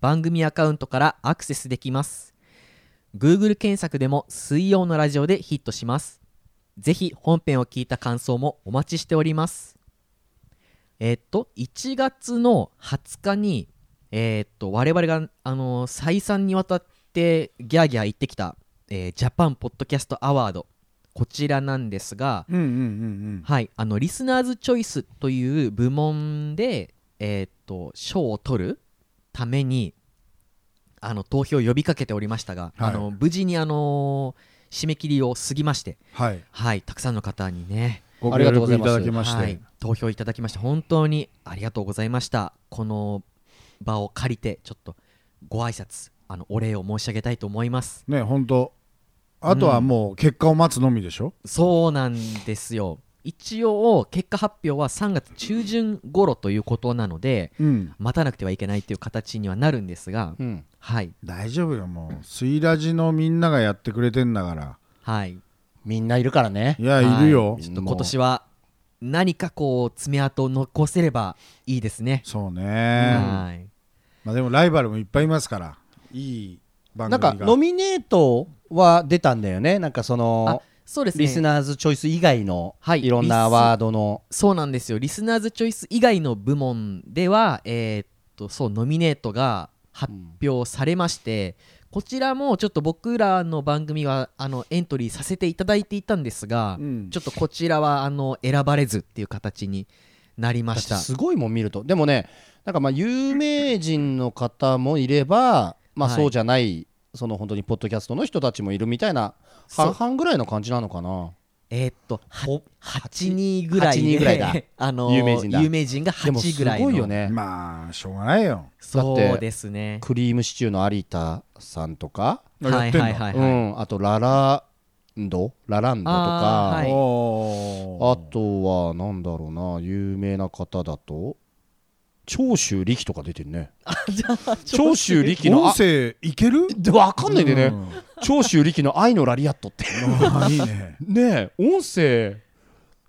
S3: 番組アカウントからアクセスできます Google 検索でも「水曜のラジオ」でヒットしますぜひ本編を聞いた感想もお待ちしておりますえーっと1月の20日にえーっと我々が、あのー再三にわたってギャーギャー言ってきた、えージャパンポッドキャストアワードこちらなんですが、
S5: [laughs] うんうんうん
S3: はい、あのリスナーズ・チョイスという部門で、えーっと賞を取るためにあの投票を呼びかけておりましたが、
S5: は
S3: あ
S5: い
S3: の無事に、あのー締め切りを過ぎまして、
S5: はい
S3: はい、たくさんの方にね
S5: ご
S4: あり
S5: 協
S4: がとうござ
S5: 力
S4: い
S5: い
S4: ます
S5: ただきまして、
S3: はい、投票いただきまして本当にありがとうございましたこの場を借りてちょっとご挨拶あのお礼を申し上げたいと思います
S5: ね本当あとはもう結果を待つのみでしょ、
S3: そうなんですよ一応結果発表は3月中旬頃ということなので
S5: うん、
S3: 待たなくてはいけないという形にはなるんですが、
S4: うん
S3: はい
S5: 大丈夫よもうスイラジのみんながやってくれてんだから
S3: はい
S4: みんないるからね
S5: いや、
S3: はい
S5: い、るよ
S3: ちょっと今年は何かこう爪痕を残せればいいですね、
S5: そうね、
S3: はい
S5: まあでもライバルもいっぱいいますからいい番
S4: なん
S5: 組
S4: か
S5: が
S4: ノミネートは出たんだよねなんかそ
S3: あ
S4: の
S3: そうですね
S4: リスナーズチョイス以外の
S3: はい
S4: いろんなアワードの
S3: そうなんですよリスナーズチョイス以外の部門ではえーっとそうノミネートが発表されまして、こちらもちょっと僕らの番組はあのエントリーさせていただいていたんですが、
S5: うん
S3: ちょっとこちらはあの選ばれずっていう形になりました
S4: だってすごいもん見るとでもねなんかまあ有名人の方もいれば、まあ、
S3: はい
S4: そうじゃない、その本当にポッドキャストの人たちもいるみたいな
S3: そう
S4: 半々ぐらいの感じなのかな
S3: えーっと8人ぐらい
S4: 8
S3: で
S4: 人ぐらいだ
S3: [laughs] あの
S4: 有名人だ
S3: 有名人が
S4: でもす
S3: 8ぐらいの
S4: ごいよね
S5: まあしょうがないよ
S3: そうですね
S4: クリームシチューの有田さんとか、
S5: あや
S3: は
S5: っ
S3: い
S5: てんの
S3: はいはいはい、
S4: うん、あとラランドラランドとか
S3: あーはい
S5: おー
S4: あとはなんだろうな有名な方だと長州力とか出てるね長州力の
S5: 音
S4: あ
S5: 声いける
S4: でわかんないでね、
S5: うん
S4: 長州力の「愛のラリアット」って
S5: あいいね
S4: ねえ音声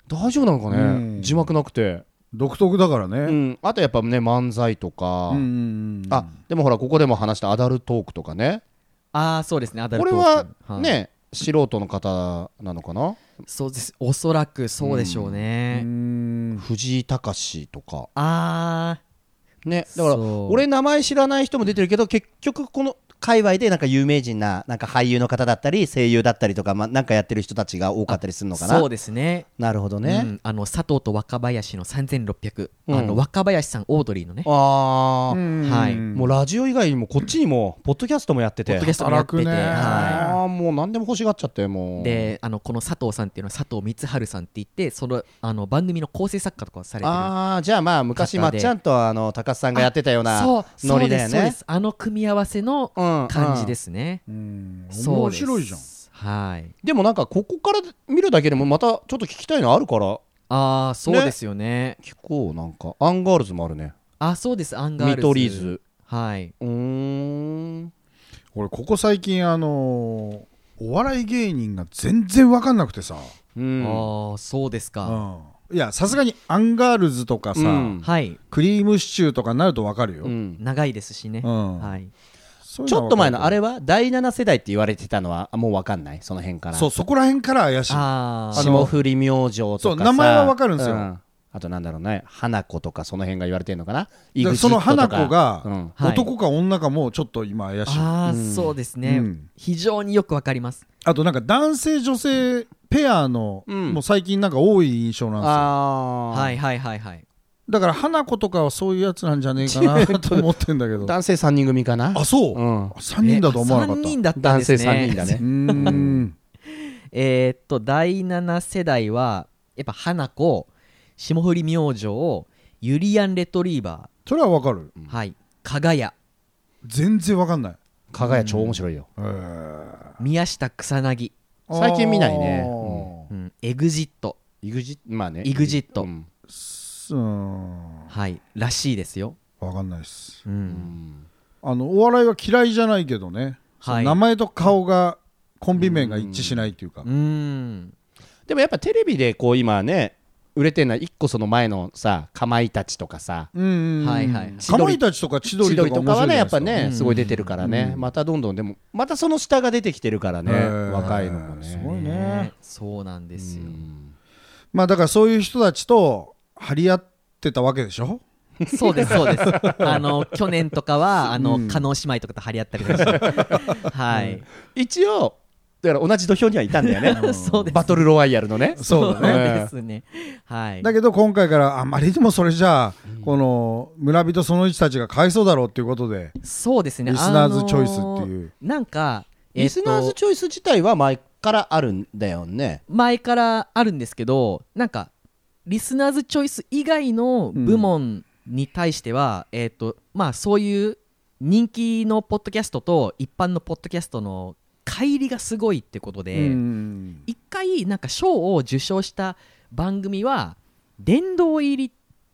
S4: 大丈夫なのかね、
S5: うん
S4: 字幕なくて、
S5: 独特だから
S4: う
S5: ね、
S4: ん、あとやっぱね漫才とか、
S5: うんうんうん
S4: あでもほらここでも話したアダルトークとかね
S3: ああそうですねアダル
S4: こ
S3: ト
S4: れ
S3: ーク
S4: は
S3: はい
S4: ね、素人の方なのかな
S3: そうですおそらくそうでしょうね、
S5: うん
S4: 藤井隆とか
S3: あ
S4: ね
S3: ー
S4: だから
S3: そう
S4: 俺名前知らない人も出てるけど結局この界隈でなんか有名人ななんか俳優の方だったり声優だったりとか、まあ、なんかやってる人たちが多かったりするのかな
S3: そうですね
S4: なるほど
S3: う
S4: ね、
S3: んあの佐藤と若林の3600、
S4: うん
S3: あの若林さんオードリーのね
S4: ああ、
S3: はい
S5: うん
S4: もうラジオ以外にもこっちにもポッドキャストもやってて
S3: ポッドキャストもやってて、
S5: 働くね
S3: は
S4: ああもう何でも欲しがっちゃっても
S3: い、
S4: う
S3: であのこの佐藤さんっていうのは佐藤光晴さんって言ってそのあの番組の構成作家とかをされてる
S4: ああじゃあまあ昔
S3: 方
S4: まっ
S3: で
S4: ちゃんとあの高須さんがやってたような
S3: そう
S4: ノ
S3: そう
S4: リ
S3: で
S4: だ
S3: すそ
S4: よ
S3: うで
S4: ね
S3: すあの組み合わせの
S4: うん
S3: 感じですすね、
S5: うん
S3: そう
S5: 面
S3: です
S5: 白いじゃん
S3: はい
S4: でもなんかここから見るだけでもまたちょっと聞きたいのあるから
S3: ああそうですよね
S4: 聞こうなんかアンガールズもあるね
S3: あそうですアンガールズ
S4: 見取り図
S3: はい、
S4: うーん
S5: 俺ここ最近あのーお笑い芸人が全然わかんなくてさ、
S4: うん
S3: ああそうですか、
S5: うんいやさすがにアンガールズとかさ、
S4: うん
S3: はい
S5: クリームシチューとかになるとわかるよ、
S4: うん
S3: 長いですしね、
S5: うん
S3: はい
S5: そういう
S4: ちょっと前のあ
S5: は
S4: れは第7世代って言われてたのはあもう分かんないその辺か
S5: わからるそうそこら辺から怪しい
S3: ああ
S4: 霜降り明星とかさ
S5: そう名前は分かるんですよ
S4: あとなんだろうね花子とかその辺が言われてるのかな
S5: だからその花子が
S3: はい
S5: 男か女かもちょっと今怪しい、
S3: ああ、
S4: うん
S3: そうですね、
S5: うん
S3: 非常によくわかります
S5: あとなんか男性女性ペアの、
S4: うん
S5: もう最近なんか多い印象なんですよ
S4: ああー
S3: はいはいはいはい
S5: だから花子とかはそういうやつなんじゃねえかなと思ってんだ
S4: [laughs]
S5: けど
S4: 男性3人組かな
S5: あそう、
S4: うん
S5: 3人だと思わなかった
S3: 3人だったん
S4: 男
S3: で
S4: 性
S3: すね
S4: 3人だね
S5: うーん
S3: [laughs] えーっと第7世代はやっぱ花子霜降り明星ユリアンレトリーバ
S5: それはわかる
S3: ーはい加賀屋
S5: 全然わかんない
S4: 加賀屋超面白いよ、
S5: へー
S3: 宮下草薙、
S4: 最近見ないね
S5: あー
S3: うん、エグジット
S4: イグジまあね
S3: EXIT
S4: うん
S5: すうん
S3: はいらしいですよ、
S5: わかんないです
S3: う、
S4: うんん
S5: あのお笑いは嫌いじゃないけどね、
S3: はい
S5: その名前と顔がコンビ名が一致しないっていうか、
S3: うん
S4: でもやっぱテレビでこう今ね売れてるのは一個その前のさかまいたちとかさ
S5: うんうんうん
S3: はいはい
S5: かまいたちとか千鳥
S4: 千
S5: とか
S4: 鳥と
S5: 面白い
S4: かはねやっぱ
S5: じゃない
S4: ね
S3: うん
S4: すごい出てるからね、
S5: うん
S4: またどんどんでもまたその下が出てきてるからね
S5: へー
S4: 若いのも
S5: す
S4: ね
S5: ごいね
S3: ねそうなんですよ、
S4: うん
S5: ですかまあだからそういう人たちと張り合ってたわけでしょ
S3: そうですそう
S5: [laughs]
S3: ですあの去年とかはあの、
S5: うん
S3: 加納姉妹とかと張り合ったりとかして
S5: [laughs]
S3: はい、
S4: 一応だから同じ土俵にはいたんだよね
S3: そうです
S4: バトルロワイヤルのね
S5: そうだね
S3: ですねはい
S5: だけど今回からあまりにもそれじゃあ、この村人その一たちがかわいそうだろうっていうことで
S3: そうですね
S5: リスナーズチョイスって
S3: あ
S5: いう
S3: のーなんか、
S4: リスナー
S3: えっ
S4: ズ
S3: と
S4: チョイス自体は前からあるんだよね
S3: 前からあるんですけどなんかリスナーズチョイス以外の部門に対しては、えっとまあそういう人気のポッドキャストと一般のポッドキャストの乖離がすごいってことで、
S5: うん
S3: 一回なんか賞を受賞した番組は殿堂入りっ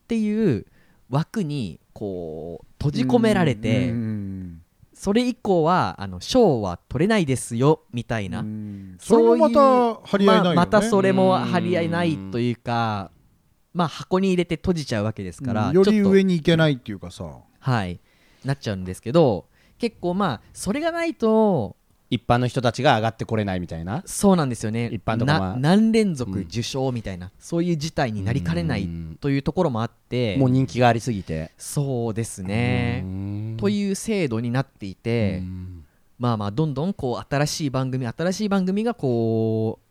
S3: ていう枠にこう閉じ込められて、
S5: うん
S3: それ以降はあの賞は取れないですよみたいな、
S5: うんそれ
S3: そう
S5: も
S3: いう
S5: また張り合いないよね、
S3: まあまたそれも張り合いないというかまあ箱に入れて閉じちゃうわけですから、
S5: うんより
S3: ちょっと
S5: 上に行けないっていうかさ
S3: はいなっちゃうんですけど結構まあそれがないと
S4: 一般の人たちが上がってこれないみたいな
S3: そうなんですよね
S4: 一般とかまあ
S3: な何連続
S4: うん
S3: 受賞みたいな、そういう事態になりかねな
S4: う
S3: い
S4: ん
S3: というところもあって
S4: もう人気がありすぎて
S3: そうですねと
S4: う
S3: いう制度になっていて、
S4: ん
S3: まあまあどんどんこう新しい番組新しい番組がこう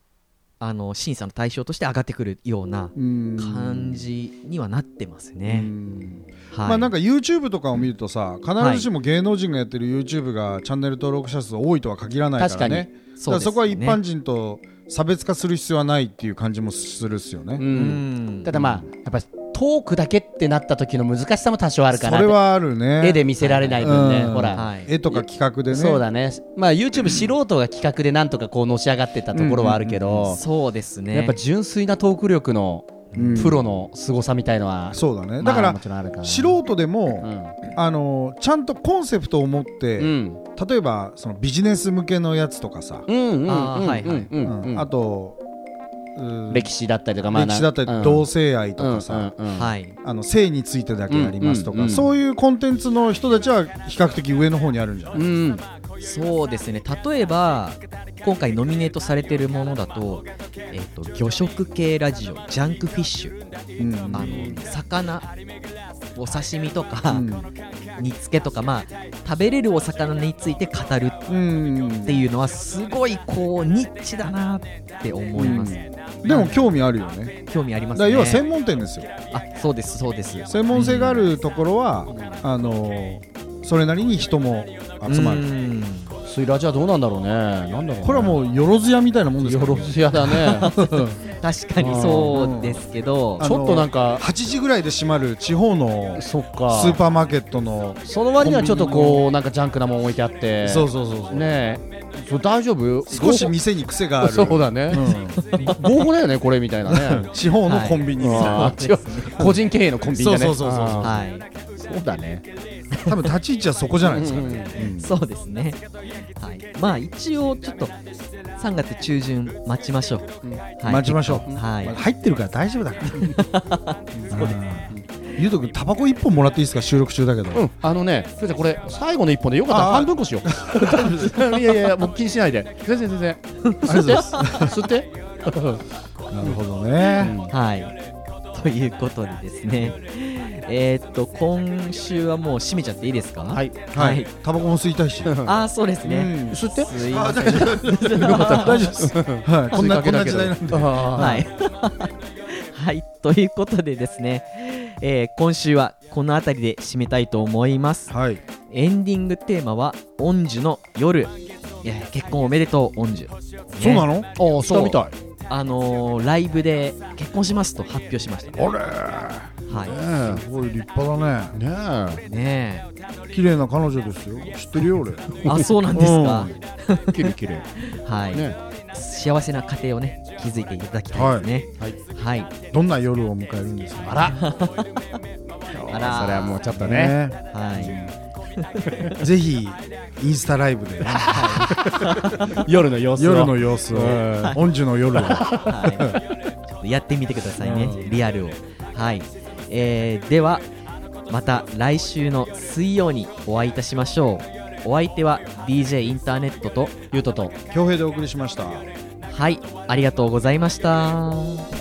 S3: あの審査の対象として上がってくるような
S5: うん
S3: 感じにはなってます
S5: う
S3: ね。
S5: ん
S3: はい、
S5: まあなんか YouTube とかを見るとさ必ずしも芸能人がやってる YouTube がチャンネル登録者数多いとは限らないからね
S4: 確
S5: だ
S3: そ
S5: か
S3: う
S5: ら
S3: ですよ
S5: そこは一般人と差別化する必要はないっていう感じもするっすよね、
S3: う
S4: うん
S3: ん
S4: ただまあやっぱトークだけってなった時の難しさも多少あるか
S5: そ
S4: な
S5: れはあるね
S4: 絵で見せられない分ね、
S5: うん
S4: ほら、
S3: はい
S5: 絵とか企画でね
S4: そうだねまあ YouTube 素人が企画でなんとかこうのし上がってたところはあるけど、
S3: そうですね。
S4: やっぱ純粋なトーク力の
S5: うん
S4: プロの凄さみたいのは、
S5: そうだね
S4: ま
S5: だ
S4: あ
S5: から、
S4: もちろんあるから
S5: 素人で
S4: う
S5: も、
S4: ん
S5: あのちゃんとコンセプトを持って、
S4: うん
S5: 例えばそのビジネス向けのやつとかさ、
S4: うんうんうん
S3: あーはいはい
S4: うんうん
S5: うんあとうん
S4: 歴史だったりとか、まあ、
S5: 歴史だったり、
S4: うん
S5: 同性愛とかさ、
S4: うんうんうん
S3: はい、
S5: あの性についてだけありますと
S4: う
S5: か、
S4: んうんうん
S5: そういうコンテンツの人たちは比較的上の方にあるんじゃない、
S4: うん
S3: そうですね。例えば今回ノミネートされてるものだと、えっ、と魚食系ラジオジャンクフィッシュ、
S5: うん
S3: あの魚お刺身とか、
S5: う
S3: 煮付けとかまあ食べれるお魚について語るっ
S5: んうん
S3: ていうのはすごいこうニッチだなって思います、
S5: でも興味あるよね
S3: 興味ありま
S5: だ
S3: す
S5: か
S3: ね
S5: ら要は専門店ですよ
S3: あそうですそうです
S5: 専門性があるところは、あのそれなりに人も集まる、
S3: うん
S4: スイラジはどうなんだろうねなんだろうね、
S5: これはもうよろずやみたいなもんです
S4: よ
S5: よ
S4: ろずやだ
S5: [laughs]
S4: ねち
S3: 確かにそうですけど
S5: あ
S4: ょっとなんか
S5: 8時ぐらいで閉まる地方のス
S4: そっか
S5: ーパーマーケットの
S4: その割にはちょっとこうなんかジャンクなもん置いてあって
S5: そうそうそうそう、
S4: ねえそれ大丈夫
S5: 少し店に癖がある
S4: そうだね、合法だよねこれみたいな
S5: [laughs] う
S4: ね
S5: ん地方のコンビニみたいな、
S4: あー違う個人経営のコンビニだね
S5: そうそうそうそうそ
S4: あ
S5: う
S3: はい
S4: ーそうだね
S5: 多分立ち位置はそこじゃないですかね、うん
S3: そうですねはいまあ一応ちょっと3月中旬待ちましょう、はい
S5: 待ちましょう
S3: はい
S5: まあ入ってるから大丈
S3: [laughs]
S5: 夫だからゆうとくんタバコ一本もらっていいですか収録中だけど、
S4: うん、あのね、先生これ最後の一本でよかったら
S5: あー
S4: 半分こしよ
S5: [laughs]
S4: う。いやいやいや、もう気にしないで。全然全然。吸って、吸って。。
S5: なるほどね、
S3: はい。ということでですね、えーっと、今週はもう締めちゃっていいですかはい
S5: は
S3: はいい
S5: タバコも吸いたいしあ
S3: ああ、そうですね。
S4: 吸 [laughs] って。
S3: すいません。
S5: 大丈夫です、
S4: [laughs]
S5: はい、こんなこんな時代なんで
S4: は。
S3: はいい。 [laughs] はい。ということでですね、えー今週はこの辺りで締めたいと思います。
S5: はい
S3: エンディングテーマは、オンジュの夜。いや結婚おめでとう、恩寿。
S5: そうなの
S4: ああそうみたい
S3: あのーライブで結婚しますと発表しました。
S5: あ
S3: は
S5: れねえすごい立派だね
S4: ね
S3: い。ね
S5: 綺麗な彼女ですよ知ってるよ俺
S3: え。あ、そうなんですか。
S4: えきれいきれい
S3: はい、
S4: ね
S3: 幸せな家庭をね、築いていただきたいですね。
S4: はい
S3: はい。
S5: どんな夜を迎えるんですか
S4: あら
S3: あら
S4: それはもうちょっとね
S5: ね
S3: はい。
S5: ぜひインスタライブ
S3: [laughs]
S5: でね
S4: 夜の様子を
S5: 夜の様子を
S4: うん
S5: 恩寿の夜を
S3: はい、ちょっとやってみてくださいね、リアルを。はい、えー、では、また来週の水曜にお会いいたしましょう。お相手は DJ インターネットとゆうとと。
S5: 恭平でお送りしました
S3: はい、ありがとうございました。